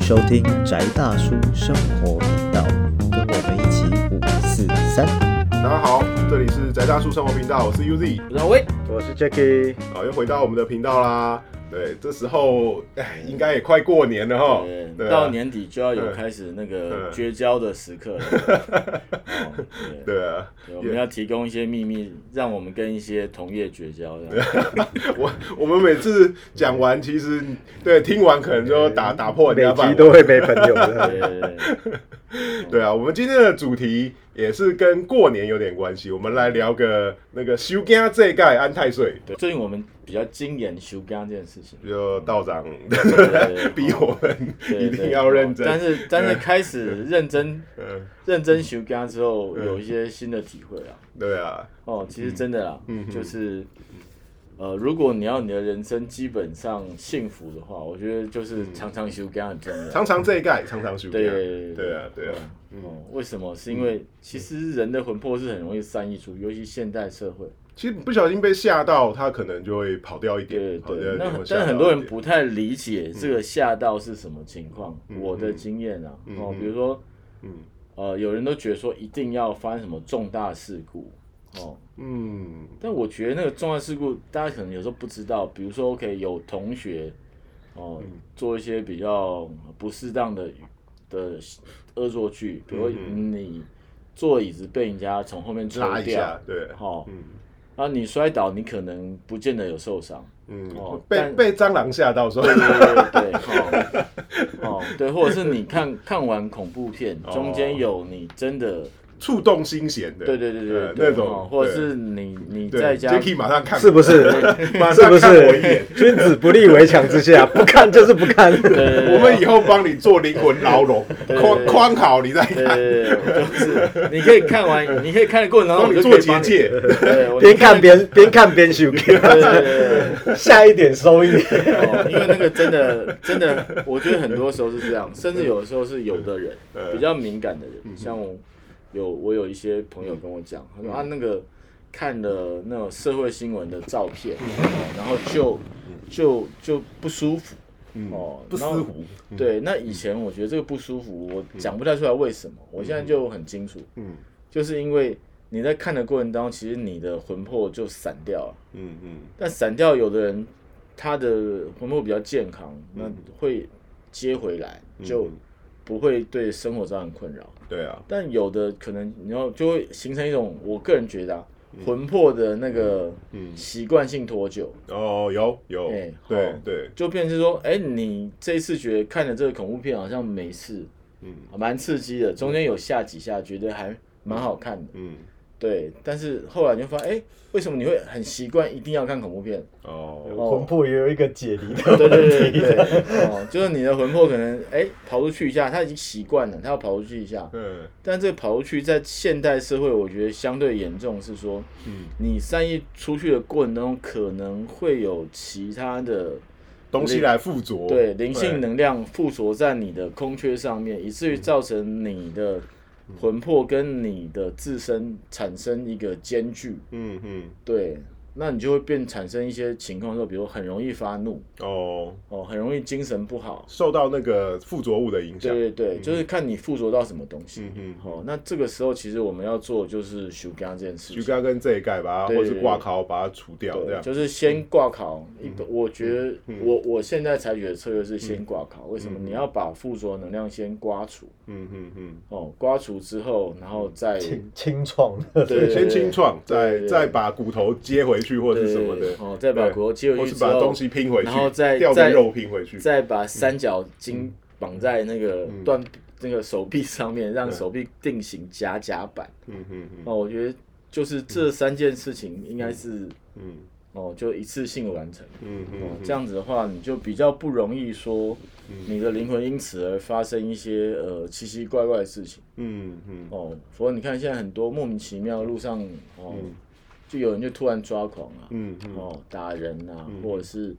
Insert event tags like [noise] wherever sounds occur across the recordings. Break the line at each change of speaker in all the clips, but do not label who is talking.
收听宅大叔生活频道，跟我们一起五四三。
大家好，这里是宅大叔生活频道，我是 UZ，
老魏，
我是 Jacky，
啊，又回到我们的频道啦。对，这时候哎，应该也快过年了哈。对啊
到。年底就要有开始那个绝交的时刻了。
[laughs]
哦对
对啊，
对我们要提供一些秘密，让我们跟一些同业绝交。这样
我我们每次讲完，其实对听完可能就打打破人
每集
家饭
都会没朋友的。
对对对，
对啊，我们今天的主题也是跟过年有点关系，我们来聊个那个休假这盖安太岁，
对最近我们比较精研修刚这件事情，
就道长
对
[laughs] 逼我们
对
一
对
定要认
但
真。
是但是开始认真
嗯，
认真修刚之后，有一些新的体会啊。
对啊，
哦，其实真的啦，
嗯哼
就是呃，如果你要你的人生基本上幸福的话，我觉得就是
嗯
常常修刚很重要。
常常这一盖，常常休假。
对
对啊，对啊。嗯
哦，为什么？是因为其实人的魂魄是很容易散逸出，尤其现代社会。
其实不小心被吓到，他可能就会跑掉一
对
点，跑掉
对
一，
那
点，或吓到
但很多
一
人
点
不太理解这个吓到是什么情况。
嗯
我的经验啊，
嗯
哦
嗯，
比如说
嗯
呃，有人都觉得说一定要发生什么重大事故，哦，
嗯
但我觉得那个重大事故，大家可能有时候不知道，比如说 OK 有同学哦、
嗯
做一些比较不适当的的恶作剧，比如说
嗯
你坐椅子被人家从后面
拉
抽
一
掉
下，，对，
好、哦，
嗯
然后你摔倒，你可能不见得有受伤，
嗯
哦，
被
但
被蟑螂吓到说，
对对对，哦，哦对，或者是你看看完恐怖片，
哦
中间有你真的，
[laughs] 触动心弦的，
对对对对
呃
对
那
哦
种，
或者
对
是你你
对
在家
Jacky 马上看，
是不是？
马
是
上
不
看我
是
一眼？
君子不立围墙之下，不看就是不看。
我们以后帮你做灵魂牢笼，
对
框框好你再看，
对，就是你可以看完，你可以看的过程当中，
帮
我
你
就
做
可以
结
帮你，
界，
对，我就
边看边边看边修，
[laughs]
对对对
下一点收一点。
对，哦因为那个
[laughs]
真的真的，我觉得很多时候是这样，甚至有的时候是有的人
嗯
比较敏感的人，像我有我有一些朋友跟我讲，他说
嗯
啊那个看了那种社会新闻的照片，
嗯
哦然后就就就不舒服。哦，
嗯不嗯
然后
思糊，
对，那以前我觉得这个不舒服，我讲不太出来为什么，我现在就很清楚。
嗯
就是因为你在看的过程当中，其实你的魂魄就散掉了。
嗯嗯
但散掉，有的人他的魂魄比较健康，那会接回来，就不会对生活造成困扰。
对啊，
但有的可能，然后就会形成一种，我个人觉得、啊、魂魄的那个习惯性脱臼，
哦有有
哎，
对
好
对，
就变成是说，哎，你这一次觉得看了这个恐怖片好像没事，
嗯
蛮刺激的，中间有下几下觉得还蛮好看的。
嗯
对，但是后来你就发现，哎、为什么你会很习惯一定要看恐怖片？
哦
哦
魂魄也有一个解离的
[laughs] 对对对对对，哦，就是你的魂魄可能哎、跑出去一下，他已经习惯了，他要跑出去一下。
嗯
但这个跑出去在现代社会，我觉得相对严重是说，
嗯
你善意出去的过程中，可能会有其他的
东西来附着，
对灵性能量附着在你的空缺上面，以至于造成你的魂魄跟你的自身产生一个间距。
嗯嗯
对，那你就会变产生一些情况，说比如很容易发怒
哦。
哦，很容易精神不好。
受到那个附着物的影响。
对对对，就是看你附着到什么东西。
嗯
哦，那这个时候其实我们要做的就是修干这件事
徐
情。
刚跟这一盖把它，
对
或是挂靠把它除掉，这
对，
样。嗯
就是先挂考。一般我觉得我我现在采取的策略是先挂考。为什么？你要把附着能量先刮除
嗯嗯嗯，
哦，刮除之后，然后再
清清
[laughs]
创
对对对
先清创，
对
再
对
再把骨头接回去，或
对
是什么的，
哦，再把骨头接
或
回去
是
之
把
后
东，西嗯拼回去，
然后再
掉的
再
肉拼回去。
再把三角筋
嗯
绑在那个断、那个手臂上面，让手臂定型夹夹板。
嗯嗯嗯
哦，我觉得就是这三件事情应该是、
嗯
哦，就一次性完成。
嗯
哦
嗯，，
这样子的话，你就比较不容易说你的灵魂因此而发生一些呃奇奇怪怪的事情。
嗯嗯
哦，否则你看现在很多莫名其妙路上哦，就有人就突然抓狂啊，
嗯嗯
哦打人啊，或者是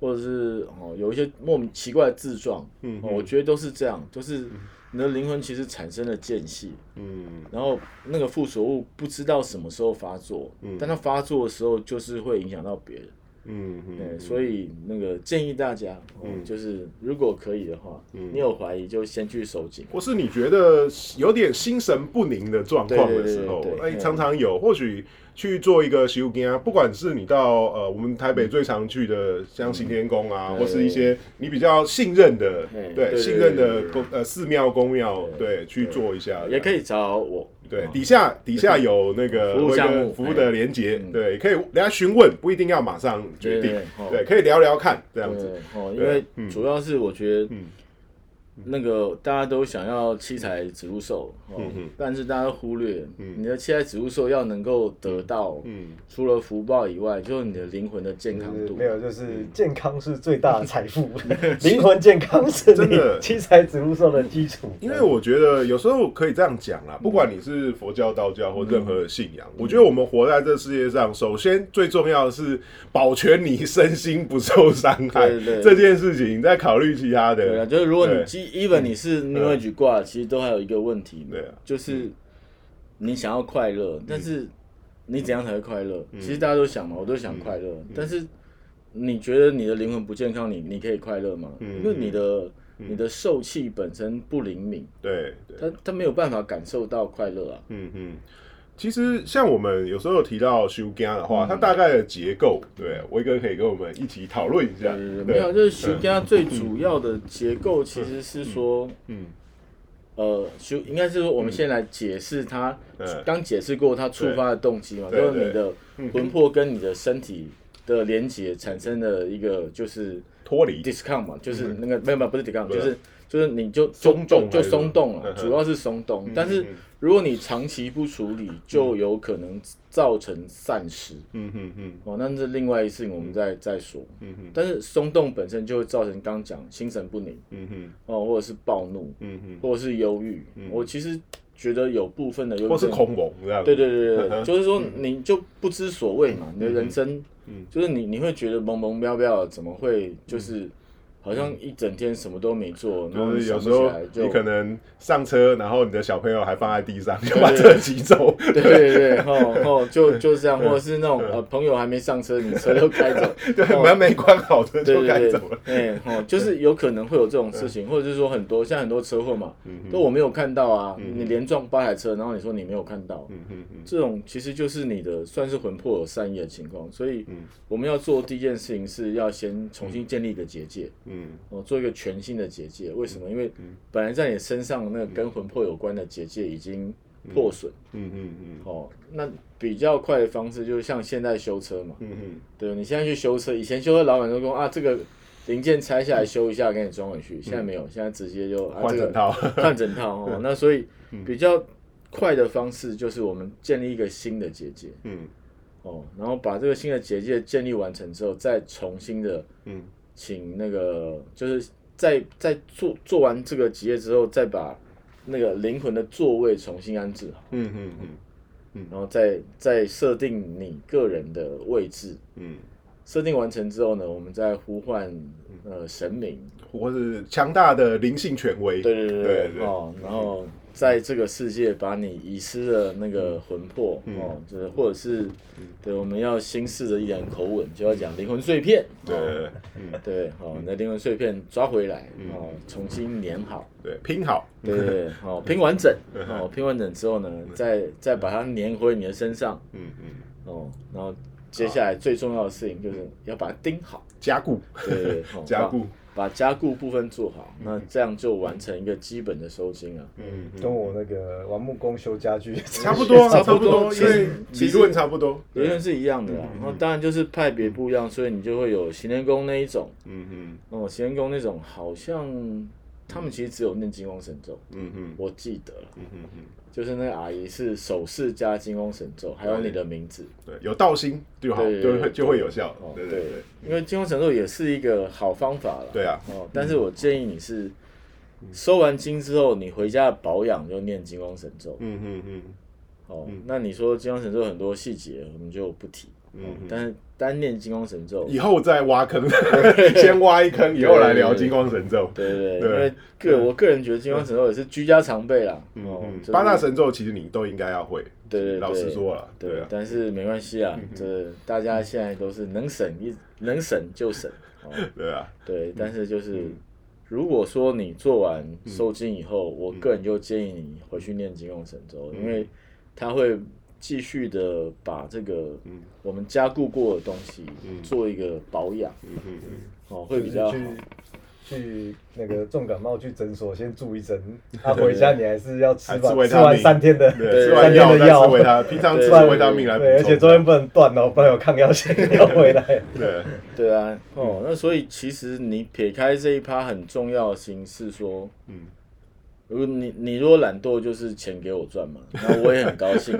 或者是哦有一些莫名其怪的自撞，
嗯
哦，我觉得都是这样，就是你的灵魂其实产生了间隙，
嗯
然后那个附属物不知道什么时候发作，但它发作的时候就是会影响到别人，
嗯嗯嗯
对，
嗯，
所以那个建议大家，哦
嗯
就是如果可以的话，你有怀疑就先去手警。
或是你觉得有点心神不宁的状况
对
的
对
时候
对，对
哎，
嗯
常常有，或许去做一个洗浴间啊，不管是你到呃我们台北最常去的像行天宫啊，
嗯
或是一些你比较信任的
嗯，对
对
对
信任的
对对
公呃寺庙公庙，
对
对，去做一下，
也可
以。
以找我，哦
对，底
[laughs]
下底下有那个
服务项目
有一个服务的连接
嗯，
对，可以大家询问，不一定要马上决定
对哦，
对，可以聊聊看这
这
样子，
哦，因
对
为
嗯
主要是我觉得
嗯，
那个大家都想要七彩植物兽，哦
嗯嗯，
但是大家都忽略你的七彩植物兽要能够得到，
嗯，
除了福报以外，就是你的灵魂的健康
就是
度
没。有，就是健康是最大的财 [laughs] 富，灵魂健康是
真
你
的
七彩植物兽的基础。
因为我觉得有时候可以这样讲
嗯
啦，不管你是佛教、道教或任何的信仰，我觉得我们活在这世界上，首先最重要的是保全你身心不受伤害
对对
这件事情，再考虑其他
对啊，
的。
就是如果你
对嗯
基 even 你是 New Age 挂的，其实都还有一个问题，
对啊嗯
就是你想要快乐，但是你怎样才会快乐？其实大家都想嘛，我都想快
嗯
乐，但是你觉得你的灵魂不健康，你你可以快乐吗？
嗯
因为你的你的受气本身不灵敏，
对对，
他他没有办法感受到快乐啊。
嗯嗯。其实像我们有时候有提到修家的
嗯
话，它大概的结构，对威哥可以跟我们一起讨论一下。
没有，就是修伽最主要的结构其实是说，
嗯
呃，修应该是说我们先来解释它
嗯，
刚解释过它触发的动机嘛，就
对
是你的魂魄跟你的身体的连接产生的一个就是
脱离
discount 嘛，就是那个没有没有不是 discount，就是就是你就
嗯松动还
就就是松动了，
嗯哼
主要是松动，但
嗯
是如果你长期不处理，就有可能造成散失。
嗯嗯嗯
哦，那是另外一事情，我们再再说。
嗯哼
但是松动本身就会造成刚讲心神不宁
嗯哼
哦，或者是暴怒，
嗯
或者是忧郁。我其实觉得有部分的忧郁
哼，
症，
或是恐龙这样。
对对对对
嗯 [laughs] 哼
对，就是说你就不知所谓
嗯
嘛，你的人生，就是你你会觉得懵懵彪彪的，怎么会就是好像一整天什么都没做，然
嗯
后
就
你
是有
想
时
不起
候
来就
你可能上车，然后你的小朋友还放在地上，就
对
把车骑走。
对对对，哦哦，就就是
[laughs]
这样，或者是那种呃朋友还没上车，你车就开走， [laughs]
[laughs] 对，
哦
门没关好 [laughs] 的
对
就开
对
走
对
了。，嗯
哎、哦，就是有可能会有这种事情，或者是说很多现在很多车祸嘛，都我没有看到啊，你连撞八台车，然后你说你没有看到，
嗯嗯嗯
这种其实就是你的算是魂魄有善意的情况，所以
嗯
我们要做第一件事情是要先重新建立一个结界，
嗯
哦，做一个全新的结界。为什么？因为本来在你身上那个跟魂魄有关的结界已经破损，
嗯嗯嗯
哦，那比较快的方式就是像现在修车嘛，
嗯嗯
对，你现在去修车，以前修车老板都说啊，这个零件拆下来修一下，给你装回去。现在没有，现在直接就啊
嗯换
这
整
个
套。
[laughs]
嗯
换整套哦。那所以比较快的方式就是我们建立一个新的结界
嗯
哦，然后把这个新的结界建立完成之后，再重新的
嗯
请那个就是在在做做完这个结界之后，再把那个灵魂的座位重新安置好，
嗯嗯嗯
然后再再设定你个人的位置。
嗯，
设定完成之后呢，我们再呼唤
嗯
呃神明，
或是强大的灵性权威。
对对对
对对
哦，然后在这个世界把你遗失的那个
嗯
魂魄、哦，就是或者是对我们要新式的一点口吻，就要讲灵魂碎片，
对
哦
对嗯
对，好、你的灵魂碎片抓回来，哦，重新粘好，
对，拼好。
对对对，哦，拼完整，
嗯
哦，拼完整之后呢，再再把它粘回你的身上，
嗯嗯，
哦，然后接下来最重要的事情就是要把它钉好，
加固
对对，对哦
[laughs] 加固。
把加固部分做好，那这样就完成一个基本的收精啊。
嗯，嗯
跟我那个玩木工修家 [laughs] 具
差不多啊，
差
差
不
不
多
多，
其
因为
实其
理
实
论差不多。
理论是一样的啦，
嗯
然后当然就是派别不一样，所以你就会有行天宫那一种，
嗯嗯
哦，行天宫那种好像他们其实只有念金光神咒，
嗯嗯
我记得了，
嗯嗯嗯，
就是那个阿姨是手势加金光神咒，还有你的名字，
对，有道心就好，
对对
就
对
会就会有效
哦。
对对对，，
因为金光神咒也是一个好方法了，
对啊，
哦，但是我建议你是收完经之后，你回家保养就念金光神咒，
嗯嗯嗯。
哦，那你说金刚神咒很多细节，我们就不提。
嗯哼，
但是单练金光神咒，
以后再挖坑， [laughs] 先挖一坑，以后来聊金光神咒。
对哦
[laughs] 对
对对，因为个我个人觉得金光神咒也是居家常备啦。哦
嗯，
就是
八大神咒其实你都应该要会。
对对对
老实说了，对啊，嗯
但是没关系啊，这大家现在都是能省一能省就省。
[laughs]
哦，
对啊，
对，但是就是。
嗯
如果说你做完收金以后，我
嗯
个人就建议你回去念金融神咒，因为它会继续的把这个
嗯
我们加固过的东西做一个保养，
嗯嗯嗯，
[laughs] 哦，会比较好
去。去那个重感冒去诊所先注一 [laughs] 针，他回家你还是要吃
还吃维
完
他
吃
命
完三天的
对，吃
三
完
天
药
的
再
药
吃，维他，平常吃
对
维他命来补
对，而且
充。
中间不能断哦，不然有抗药性要回 [laughs] 来。
对，
对啊，哦，那所以其实你撇开这一趴很重要的心是说，
嗯
如果你你如果懒惰，就是钱给我赚嘛，那我也很高兴，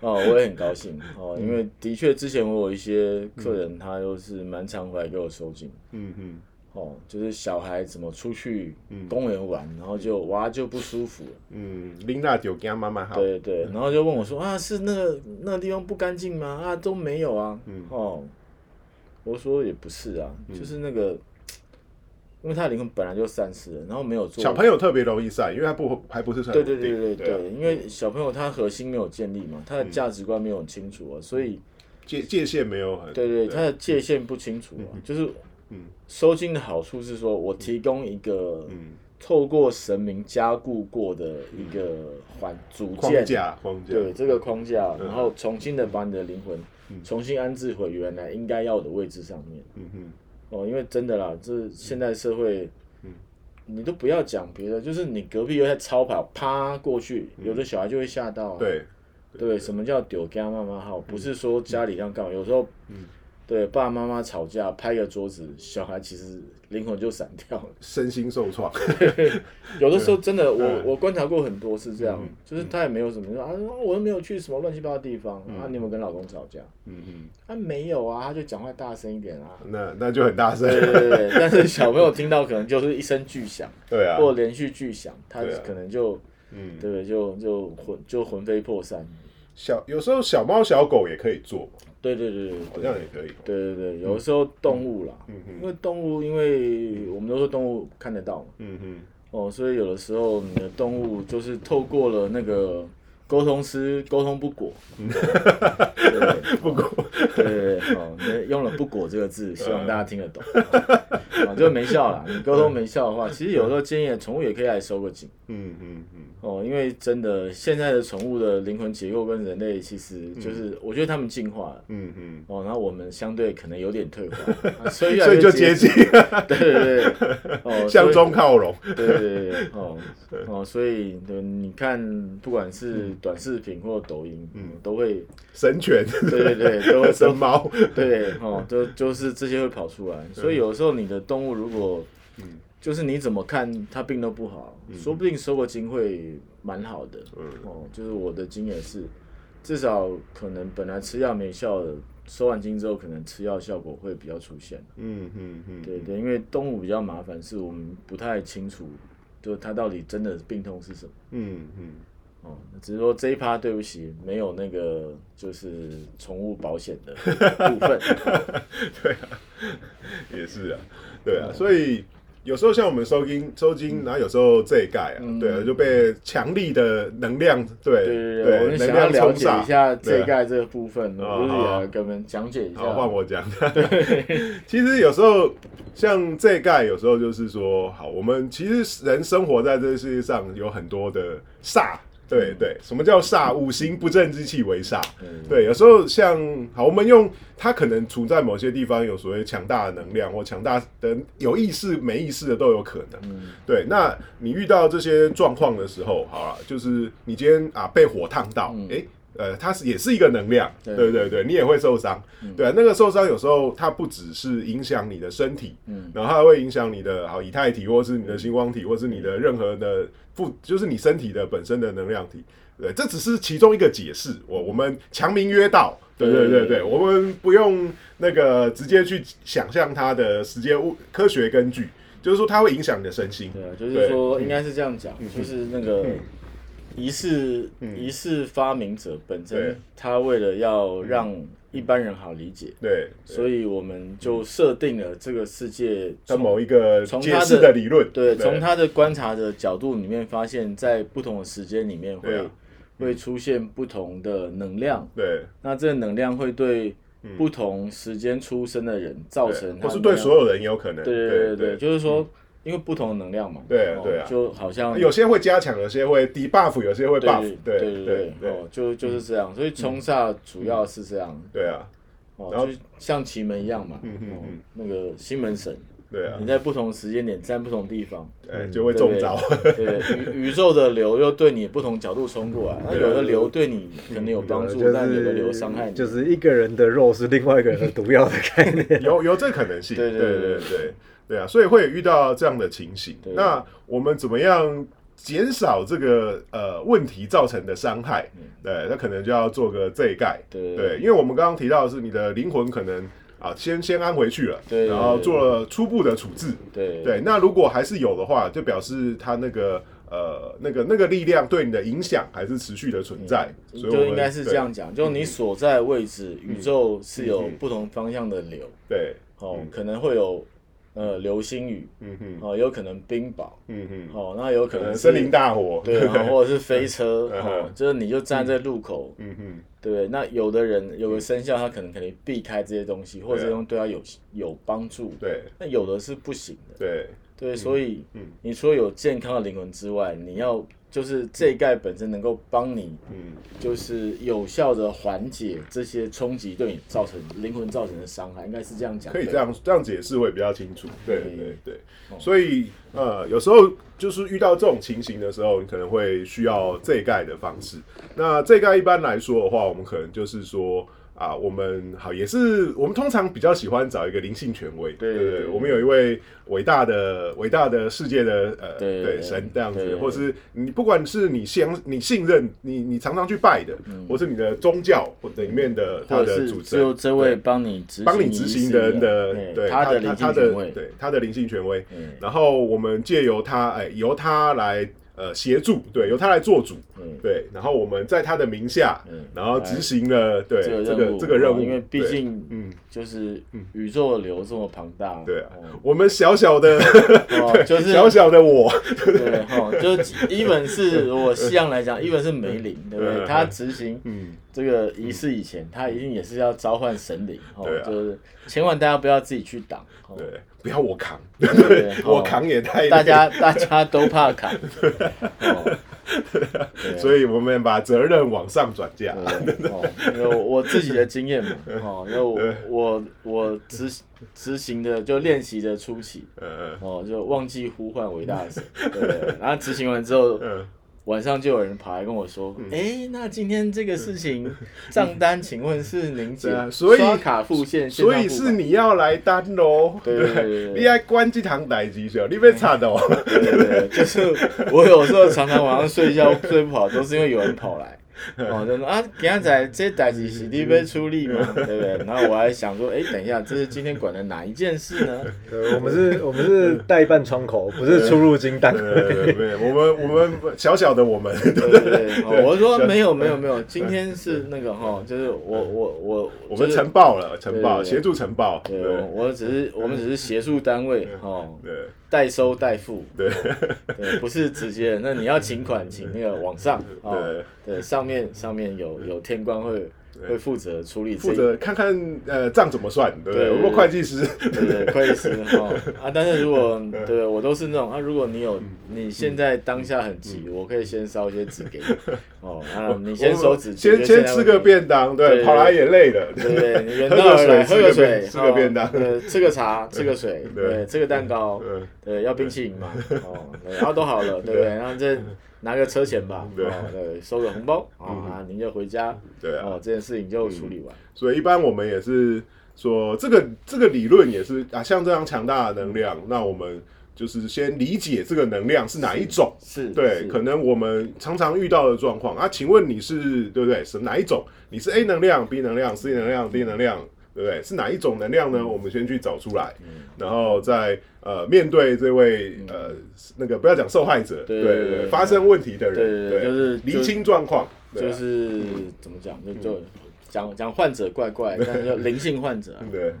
哦，我也很高兴哦，因为的确之前我有一些客人，他就是蛮常回来给我收金，
嗯嗯
哦，就是小孩怎么出去
嗯
公园玩，然后就哇就不舒服了，
嗯，琳娜酒给妈妈好。嗯
对对，然后就问我说啊，是那个那个地方不干净吗？啊，都没有啊。
嗯
哦，我说也不是啊，就是那个，因为他的灵魂本来就散失了，然后没有做。
小朋友特别容易晒，因为他不还不是很
对
稳
对
定。
对对对
啊嗯
对，因为小朋友他核心没有建立嘛，他的价值观没有很清楚啊，所以
界界限没有很。
对对，他的界限不清楚啊，就是。
嗯
收金的好处是说，我提供一个
嗯，
透过神明加固过的一个环组
框
件，
架框架。
对这个框架，然后重新的把你的灵魂重新安置回原来应该要的位置上面。
嗯嗯
哦，因为真的啦，这现代社会，你都不要讲别的，就是你隔壁又在超跑啪过去，有的小孩就会吓到、啊。
对，
嗯对，嗯什么叫丢家妈妈好？不是说家里刚干嘛，有时候，对爸爸妈妈吵架拍个桌子，小孩其实灵魂就散掉了。
身心受创。 [laughs]
有的时
啊
候真的，
嗯
我我观察过很多是这样，就是他也没有什么说啊，我又没有去什么乱七八糟地方啊，你有没有跟老公吵架？
嗯嗯，
他没有啊，他就讲话大声一点啊。
那那就很大
[laughs]
声。
对对对，但是小朋友听到可能就是一声巨响，
对啊。
或连续巨响，他
对啊
可能就
嗯，
对不对？就就魂就魂飞魄散。
小有时候小猫小狗也可以做嘛，
对对对对
好
对
像也可以。
对对对，有的时候动物啦，
嗯
因
嗯
为动物，因为我们都说动物看得到嘛，
嗯嗯 [laughs]
哦，所以有的时候你的动物就是透过了那个沟通师沟通
[laughs]
不果，对不果，对对对，哦，那用了“不果”这个字，希望大家听得懂，
嗯
啊，就没效啦。你沟通没效的话，其实有时候建议宠物也可以来收个紧
嗯嗯嗯
哦，因为真的现在的宠物的灵魂结构跟人类其实就是，我觉得他们进化了。
嗯嗯
哦，然后我们相对可能有点退化，
[laughs]
啊所以
嗯，
越来
所以
越
就接近，
对对对，
[laughs]
哦，
向
所以
中靠拢。
[laughs] 对对对对，哦哦，所以对，你看，不管是短视频或抖音，嗯，都会，
神
[laughs]
犬、
对对对， [laughs] 都会
神
都
猫，
对哦，都就是这些会跑出来，所以有时候你的动物如果，就是你怎么看它病都不好，说不定收个金会蛮好的，哦，就是我的经验是，至少可能本来吃药没效的，收完金之后可能吃药效果会比较出现。
嗯嗯嗯，
对对，因为动物比较麻烦，是我们不太清楚，就它到底真的病痛是什么。
嗯嗯，
哦，只是说这一趴对不起，没有那个就是宠物保险的
[laughs]
部分。
也是啊，对啊，所以有时候像我们收金收
嗯
金，然后有时候这一盖啊，对啊，就被强力的能量，对
对对对，我
对，
们想
能
要
量
了
冲
解一
上。
下这
对
一
啊
概这个部分，
哦
我就是也
好
来给我们讲解一
好，
下。
换我讲。 [laughs] 其实有时候像这一盖，有时候就是说，好，我们其实人生活在这个世界上有很多的煞。对对，什么叫煞？五行不正之气为煞。
嗯
对，有时候像好，我们用它可能处在某些地方有所谓强大的能量，或强大的有意识、没意识的都有可能。对，那你遇到这些状况的时候，好了，就是你今天啊被火烫到，诶，呃，它是也是一个能量，
对
对对对，你也会受伤，对啊，那个受伤有时候它不只是影响你的身体，然后它会影响你的好以太体，或是你的星光体，或是你的任何的负，就是你身体的本身的能量体，对，这只是其中一个解释，我我们强名曰道。对对对对，我们不用那个直接去想象它的时间物科学根据，就是说它会影响你的身心。
对啊，就是说应该是这样讲，就是那个
嗯
仪式仪式发明者本身，他为了要让一般人好理解，
对，
所以我们就设定了这个世界
在
从
某一个
从
解
他
释
的
理论，
对，从他的观察的角度里面发现，在不同的时间里面
对
会
啊
会出现不同的能量，
对，
那这个能量会对不同时间出生的人造成，
或是嗯对所
有，
有人也有可能，
对对
对嗯
对对，就是说，因为不同的能量嘛，
对啊
哦
对啊
就好像
有些会加强，有些会 debuff，有些会
对
buff，
对
对
对
对嗯
哦，就就是这样，所以冲煞主要是这样，
对啊，然后
哦，就像奇门一样嘛，
嗯嗯
哦
嗯，
那个新门神，
对啊
你，在不同时间点在不同地方，
哎，就会中招，。
嗯对宇宇宙的流又对你不同角度冲过来，那有的流对你可能有帮助，
就是
但有的流伤害你。
就是一个人的肉是另外一个人的毒药的概
[laughs]
念
有有这可能性，
对
对
对
对
对
对对对啊，所以会遇到这样的情形。
对
那我们怎么样减少这个呃问题造成的伤害？对，那可能就要做个这一盖，
嗯对
对，因为我们刚刚提到的是你的灵魂可能啊先先安回去了，
对
然后
对
做了初步的处置，
对
对，那如果还是有的话，就表示他那个呃那个那个力量对你的影响还是持续的存在，所以我
嗯就
们嗯
应该是这样讲，就你所在的位置，宇宙是有不同方向的流，
对，
哦，可能会有呃流星雨，
嗯哼，
哦，有可能冰雹，
嗯哼，
哦，那有可
可能
能
呃森林
大，
大火，
对，然后或者是飞车，
嗯
哦，就是你就站在路口，
[laughs] 嗯哼，
对不对？那有的人有个生肖，他可能可能避开这些东西，或者这些东西对他有有帮助，
对
那有的是不行的。
对。
对，所以
嗯
你除了有健康的灵魂之外，你要就是这一盖本身能够帮你，
嗯
就是有效的缓解这些冲击对你造成灵魂造成的伤害，应该是这样讲。
可以这样这样解释会比较清楚。对
嗯
对对，所以呃，有时候就是遇到这种情形的时候，你可能会需要这一概的方式。那这一概一般来说的话，我们可能就是说。啊，我们好也是，我们通常比较喜欢找一个灵性权威，
对
对
对对
我们有一位伟大的、伟大的世界的呃，
对对
对
对
神这样子，
对
或是你不管是你相你信任你你常常去拜的，或是你的宗教或者里面的他
嗯或
的
者
主持
是只
人
有，这位帮你执
帮你执行的人的
对
对
哎他
他
的灵
他
性
的
权威，
对他的灵性权威
嗯，
然后我们借由他哎由他来呃协助，对，由他来做主，
嗯
对，然后我们在他的名下
嗯，
然后执行了对
这
这
个任
个
务啊哦
这个任务，
因为毕
对
竟
嗯
就是宇宙的流这么庞大，
对啊
哦，
我们小小的
哦
[laughs] 对
就是
小小的我，
对哈，就 even 是如果西洋来讲，even 是梅林，对不
嗯
对？他执行
嗯
这个仪式以前，他一定也是要召唤神灵，哦
对啊，
就是千万大家不要自己去挡，哦
对，不要我扛， [laughs]
对
我
哦
扛也太累
大家大家都怕
[laughs]
卡，哦对啊
所以我们把责任往上转嫁，
对哦，有我自己的经
[laughs]
验嘛，哦，因为我我我执执行的就练习的初期，
呃，
哦，就忘记呼唤伟大的神，对，然后执行完之后，
嗯
晚上就有人跑来跟我说：“哎、那今天这个
[laughs]
事情账单，请问是您
对
姐、
啊所以
刷卡付现，线
所
上
以
付
是
款
你要来担喽，
对对对对对
你要关这堂代志是吧？你别插哦。
对对
[laughs]
对，就是我有时候常常晚上睡觉睡不好，都是因为有人跑来，
嗯
哦，就说啊，给他仔这代志是你被出力嘛，
嗯
对不对？然后我还想说，哎、等一下，这是今天管的哪一件
[laughs]
事呢？
[laughs] 对，我们是，我们是代办窗口，不是出入金蛋。
对对对，我们我们小小的我们，
对对对，哦、我说没有没有没有，今天是那个哈、哦，就是我我我，
[laughs] 嗯我
就
们
是
晨报了，晨报
对对对
协助晨报，
对，
对
我我只是我们只是协助单位
嗯
哦，
对
代收代付，
对
对，呃不是直接的。那你要请款，请那个网上哦，对，上面上面有有天官会会负责处理这
[laughs] 负责看看呃账怎么算，对不对？
对对
我
对
们会计师，
对对
[laughs]
会计师哦啊。但是如果
嗯
对我都是那种啊，如果你有你现在当下很急，
嗯
我可以先烧一些纸给
[laughs]
你哦啊，你先收纸，解
先
决
先
现在
吃
问
个
题。
便当，
对
对，
对
跑来也累了，
对
[laughs]
对，你远
喝
道
个
而来，
水，
喝
吃个
个
便
水，
吃个便当
哦，对，吃个茶，吃个水，
[laughs] 对
对，吃个蛋糕，
嗯，
对，要冰淇淋嘛，哦，对然后都好了，对不对？然后再拿个车钱吧，
[laughs] 对嗯
哦，对，收个红包哦啊，您就回家，
对啊嗯
哦，这件事情就处理完，
所以一般我们也是说，这个这个理论也是啊，像这样强大的能量，那我们就是先理解这个能量是哪一种。
是，
对，
是
可能我们常常遇到的状况啊，请问你是对不对？是哪一种？你是 A 能量、B 能量、C 能量、D 能量，对不对？是哪一种能量
嗯
呢？我们先去找出来，然后再呃面对这位呃那个不要讲受害者，
嗯对
对
对对
发生问题的人，
对对对就是
厘清状况，对啊
就是怎么讲，就就讲讲患者怪怪，但是就灵性患者啊
对，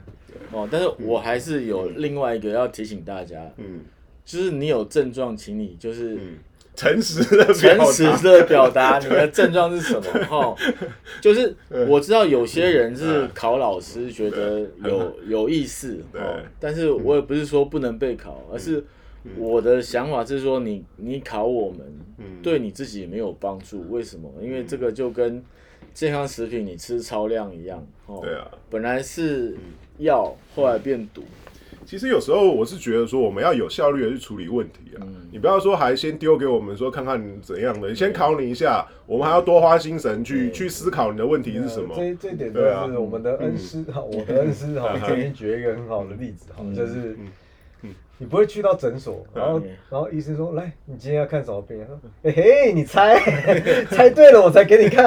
哦。但是我还是有另外一个要提醒大家，
嗯
就是你有症状，请你就是
嗯，诚实 [laughs] 的表达
诚实的表达你的症状是什么哈。就是我知道有
嗯
些人是考老师觉得有有意思
对
哦，但是我也不是说不能被考，而是我的想法是说你你考我们
嗯，
对你自己也没有帮助，为什么？因为这个就跟健康食品你吃超量一样哦，
对啊，
本来是药，后来变
[laughs]
毒，
其实有时候我是觉得说，我们要有效率的去处理问题啊。
嗯
你不要说还先丢给我们说看看怎样的，先考你一下，我们还要多花心神去去思考你的问题是什么。
这这一点真
对啊嗯
的是我们的恩师哈， [laughs] 我的
[laughs]
恩师哈，曾经举了一个很好的例子哈，就是
嗯
你不会去到诊所，然后
嗯
然后医生说，来，你今天要看什么病？他说，嘿嘿，你猜， [laughs] 猜对了我才给你看，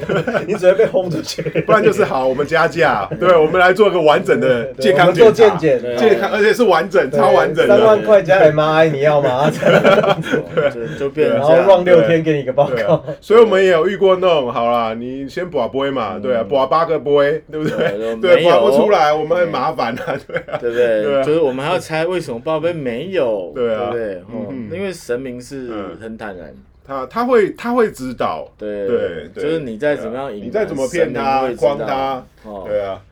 [laughs] 你只会被轰出去。
不然就是好，我们加
[laughs]
价，对，我们来做个完整的
对
健
我
康
们做
检查
健检对
健康而且是完整、超完整
三万
的。啊
块加 MRI 你
[laughs]
要吗？
哦就就变成
然
这
后
样
run 六天给你一个报
对
告
啊。，所以我们也有遇过那种，好啦，你先把杯
嗯
嘛，对啊，把八个杯，对不对？
对
对，
没有
把不出来，我们很麻烦啊，对啊，
[laughs] 对不对？
对啊
就是我们还要猜为什么报杯没有，
对啊
不对？哦，
嗯
因为神明是
嗯
很坦然，
他他会他会指导，
对
对对
就是你再怎么样
对啊
引，
你再怎么骗他
神明会知道
诓他，
哦，
对啊，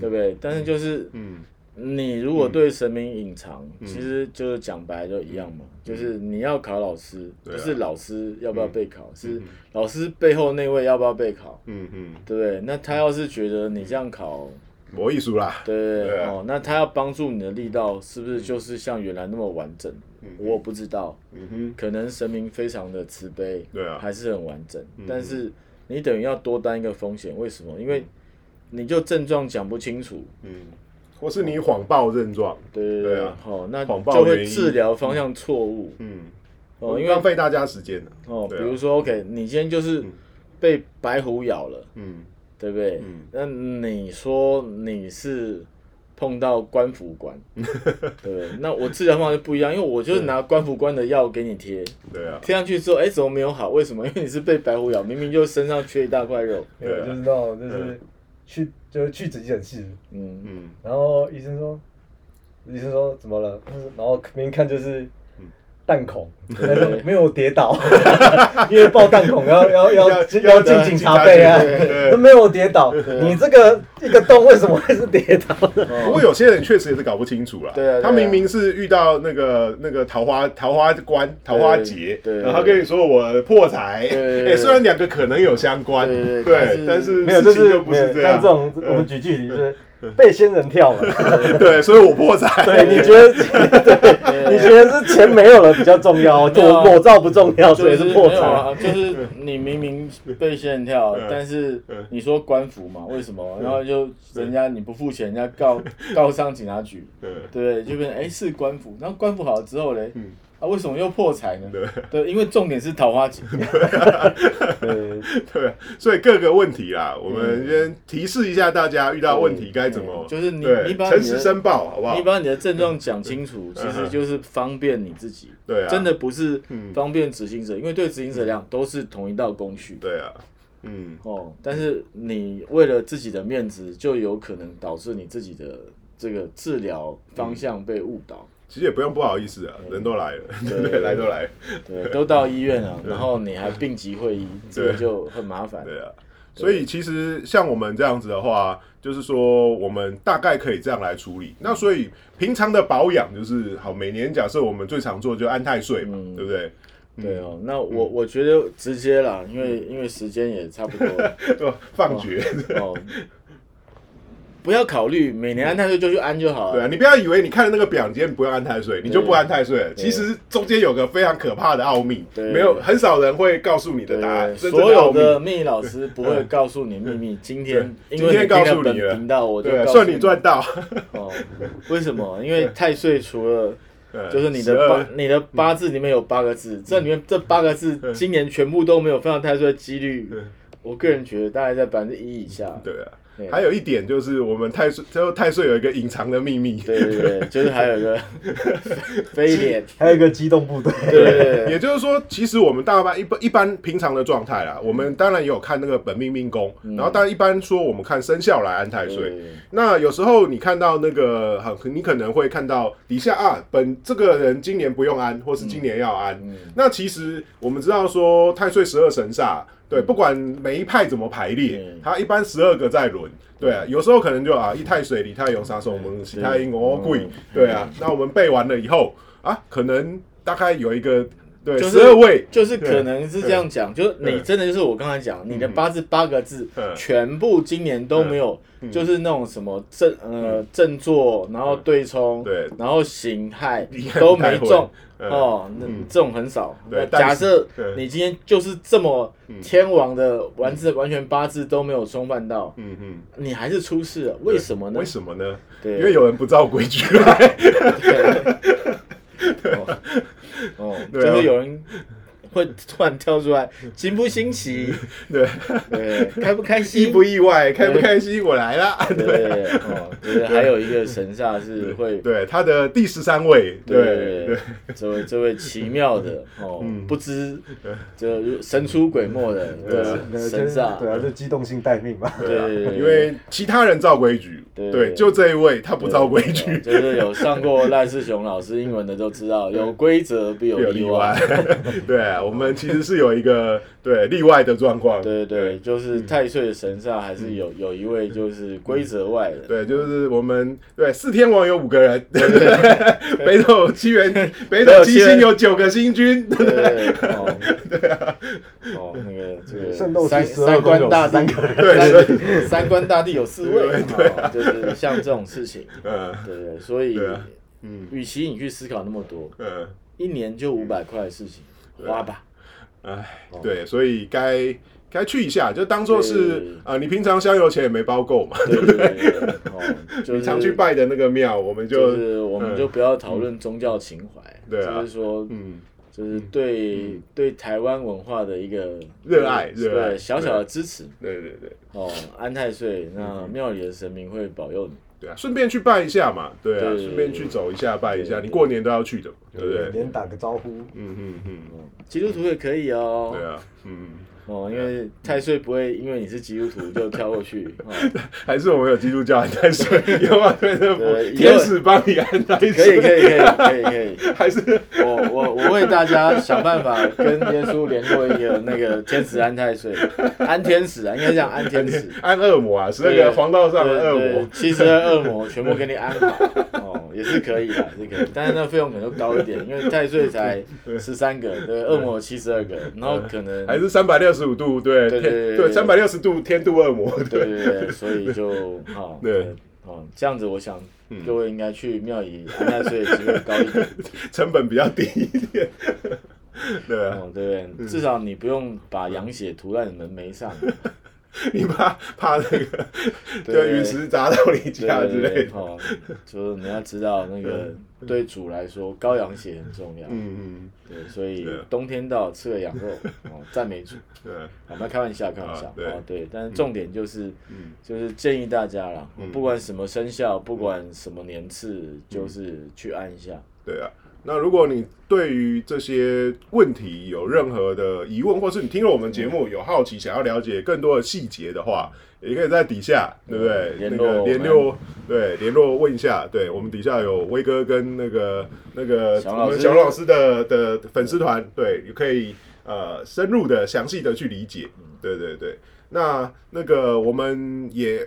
对不对？但是就是
嗯。
你如果对神明隐藏，其实就是讲白就一样嘛，就是你要考老师，
嗯对
不
啊
是老师要不要备考，是老师背后那位要不要备考，
嗯嗯，
对不对？那他要是觉得你这样考，
魔艺术啦，
对
对啊
哦，那他要帮助你的力道是不是就是像原来那么完整？我不知道，
嗯哼，
可能神明非常的慈悲，
对啊嗯
还是很完整，但是你等于要多担一个风险，为什么？因为你就症状讲不清楚，
嗯，或是你谎报症状，
对
对啊
好、那
谎报
就会
原因
治疗方向错误
嗯，
哦，因为
浪费大家时间了，
哦，比
对啊
如说 OK，你今天就是被白虎咬了，
嗯
对不对？那你说你是碰到官服
[laughs]
官，对不对？那我治疗方式不一样，因为我就是拿官服官的药给你贴，
对啊，
贴上去之后，哎，怎么没有好？为什么？因 [laughs] 为你是被白虎咬，明明就身上缺一大块肉。
没
啊
有，就是那种就是去就是去急诊室，
嗯，
嗯
然后医生说，医生说怎么了？他说然后明看就是弹孔，他说没有跌倒，因为报弹孔要要要
要
要进警察背啊
警察局对，
他没有跌倒，你这个一个洞为什么会是跌倒的？
不过有些人确实也是搞不清楚啦，
对啊对啊
他明明是遇到那个那个桃花桃花关桃花劫，
对对
然后他跟你说我破财，
对对对
哎，虽然两个可能有相关，
对
对，
对但
但
是
是
[laughs] 没有，
事
就
情
是
就不是
没有
样
像这，种，我们举距离就是被仙人跳 [laughs] 了。
[laughs] 对，所以我破财，
[laughs]
对，你觉得对， [laughs] 你觉得是钱没有了比较重要，
对啊
裸裸照不重要，所
就
以
是
是破
没有
产。嗯
啊，就是你明明被仙人跳，但是你说官服嘛，为什么？然后就人家你不付钱，人家
[laughs]
告告上警察局，
对
对，就变成哎是官服，然后官服好了之后嘞，啊为什么又破财呢？
嗯对
对，因为重点是桃
[laughs]
花劫，
对，
对，啊所以各个问题啦，我们先提示一下大家遇到问题该怎么，
嗯就是你
对
你把
诚
你
实
的
申报，啊好不好
你？把你的症状讲清楚，其实就是方便你自己，
对啊嗯
真的不是方便执行者，因为对执行者来讲都是同一道工序，
对啊，嗯，
哦，但是你为了自己的面子，就有可能导致你自己的这个治疗方
嗯
向被误
[laughs]
导。
其实也不用不好意思啊，人都来了，
对
对，来都来了，
对，都到医院了，然后你还病急会医，这个就很麻烦。
对啊。所以其实像我们这样子的话，就是说我们大概可以这样来处理。
嗯
那所以平常的保养就是好，每年假设我们最常做就安太岁嘛，
嗯
对不对？ [laughs]
对哦，那我
嗯
我觉得直接啦，因为因为时间也差不多了
放厥，
哦，不要考虑每年
嗯
安太岁就去安就好
[laughs] 对
了。
啊，你不要以为你看了那个表，你今天不要安太岁，你就不安太岁了。其实中间有个非常可怕的奥秘，
对
没有很少人会告诉你的答案。真正
所有
奥秘
的秘密老师不会告诉你秘密。今天
嗯
因
今
为
天
你听
告
了
诉
本
你了，
频道，我就
对啊
告诉
算你赚到，
哦，为什么？因为太岁除了
对
[laughs] 就是你
12
的八你的八字里面有八个字，这
嗯
里面这八个字
嗯
今年全部都没有犯到太岁的几率，我个人觉得大概在百分之一以下。
对啊，
对
还有一点就是，我们太岁，就太岁有一个隐藏的秘密，
对对对，就是还有
[laughs]
一个飞脸，
还有一个机动部队，
对对对
也就是说，其实我们大半一般一般平常的状态啦，
嗯
我们当然也有看那个本命命宫，然后但一般说我们看生肖来安太
对
岁。
对，
那有时候你看到那个很，你可能会看到底下啊，本这个人今年不用安，或是今年要安。
嗯
那其实我们知道说太岁十二神煞，对，不管每一派怎么排列，
嗯
它一般十二个在轮。对啊，有时候可能就啊，一太水、李太勇、杀手们、其他英哦贵
嗯，
对啊。那我们背完了以后啊，可能大概有一个对
就是
十二位，
就是可能是这样讲，就是你真的就是我刚才讲，你的八字八个字
嗯
全部今年都没有，就是那种什么正呃正坐，然后对冲，
嗯对
然后形害
你很
都
太
没
会
中。
嗯
哦，那这种很少。
对
那
但
假设
对嗯
你今天就是这么天王的完字，完全八字都没有冲犯到，
嗯嗯，
你还是出事了，为什么呢？
为什么呢？
对
因为有人不照规矩来。
对，哦，哦
对啊
就会有人会突然跳出来，惊不惊奇？
对，
对，开不开
[laughs] 意
心？
不意 [laughs] 外，开不开心，我来啦。
对，哦，就是还有一个神煞是会，
对，他的第十三位，对对，
这位这位奇妙的哦，不知这神出鬼没的
对
的
就
神
是
煞，
对啊，就机动性待命嘛。
对对对，
啊因为其他人照规矩，
对
对，就这一位他不照规矩，
就是有上过赖世雄老师英文的都知道，有规则
[laughs]
必
有
有
例
例
外
外。。
[laughs] 对，我们其实是有一个对例外的状况，
对对对，就是
嗯
太岁的神煞还是有有一位就是规则外的，
对，就是我们对四天王有五个人， [laughs] 北斗七元，北斗七星有九个星君，
对对
[laughs]
对，哦，
啊
哦，那个这个
圣斗士
三
十二
三
宫
官
有
大
三
帝，
对
三三官大帝有四位，哦就是像这种事情，
嗯
对对对，所以
对啊嗯
与其你去思考那么多，
嗯，
一年就五百块的事情，花吧，
哎，
哦
对，所以该该去一下，就当做是
对
啊，你平常香油钱也没包够嘛，
对对对对，哦，
[laughs]
就
你
是
常去拜的那个庙，我们
就
就是嗯
我们就不要讨论宗教情怀，
对啊
就是说，
嗯。
就是对对台湾文化的一个
热爱
对
热爱
对小小的支持
对嗯对对
哦。安太岁，那庙里的神明会保佑你，
对啊，顺便去拜一下嘛，对啊，
对
顺便去走一下拜一下，
对
你过年都要去的，对不对？
连打个招呼，
嗯嗯嗯，
哦基督徒也可以哦。
对啊，嗯，
哦，因为太岁不会因为你是基督徒就跳过去，
[laughs]
哦、
还是我们有基督教安太岁，要不然 [laughs] 真的
对
不天使帮你安太岁，
可以可以可以可以可以。
[laughs] 还是
我我我为大家想办
[laughs]
法跟耶稣联络一个那个天使安太岁，安天使啊，应该讲安天使。
安恶魔啊，是那个黄道上的恶魔，
七十二恶 [laughs] 魔全部给你安好，哦，也是可以的，也是可以，但是那费用可能就高一点，因为太岁才十三个，对，恶魔七十二个，然后可能
还是三百六十五度，对
对对对
对，三百六十度天度恶魔，
对对对，所以 [laughs] 就好
对
哦，这样子我想各位应该去庙里安太岁的机会高一点，
[laughs] 成本比较低一点，对啊，
[laughs] 哦，对不对？至少你不用把羊血涂在你们眉 [laughs] 上，
你怕怕那个
对
就陨石砸到你
对
家之
对
类
对，
的，
哦，就是你要知道那个对主来说，高羊血很重要，
嗯嗯，
对，所以
对
冬天到吃
[laughs]
个羊肉，哦，赞美主。
对。
我们开玩笑，开玩笑
啊对嗯
哦，对，但是重点就是，就是建议大家啦，哦不管什么生肖，不管什么年次，
嗯
就是去按一下。
对啊，那如果你对于这些问题有任何的疑问，或是你听了我们节目有好奇，想要了解更多的细节的话，也可以在底下，对不对？
嗯联
那个
络
联络，对，联络问一下。对我们底下有威哥跟那个那个
小老师
我们小老师的的粉丝团，对，你可以呃深入的、详细的去理解。对对对，那那个我们也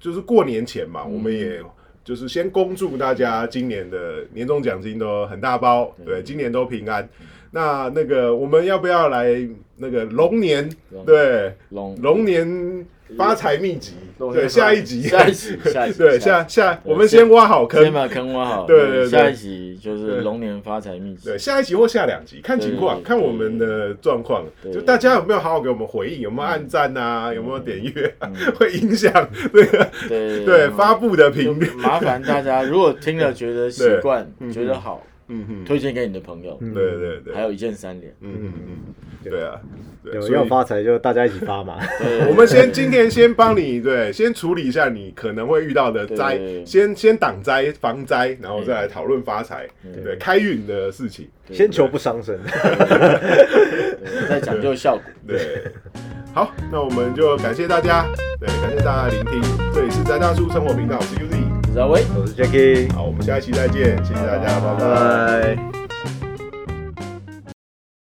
就是过年前
嗯
嘛，我们也就是先恭祝大家今年的年终奖金都很大包，对，今年都平安。那那个我们要不要来那个龙年？
龙
对，
龙
龙年发财秘籍，
龙年
对，
发
下一集，
下
[laughs]
一集下一集
对，
下
下下，
对
我们先挖好
先
坑，
把坑挖
[laughs]
好，
对对对
下一集就是
对
龙年发财秘籍
对，。下一集或下两集，看情况，
对
看我们的状况，
对嗯
就大家有没有好好给我们回应，有没有按赞啊，有没有点阅啊， [laughs] 会影响这个
对
[laughs]
嗯
对发
布
布的
就
频率， [laughs]
麻烦大家，如果听了觉得习惯，觉得好，
嗯哼，
推荐给你的朋友，
对对对，
嗯还有一键三连。
嗯嗯嗯，对啊，对，
有
所
要
以
发财就大家一起发
[laughs]
嘛。
对，
我们先今天先帮你对，先处理一下你可能会遇到的灾
对对，对
先先挡灾防灾，然后再来讨论发财，对，开运的事情，
先求不伤身， [laughs]
对在讲究效果。
对。
[laughs]
好，那我们就感谢大家，对，感谢大家聆听，这里是宅大叔生活频道，我是 Uzi，
然后喂。
我是 Jacky，
好，我们下一期再见，谢谢大家，拜拜。
拜。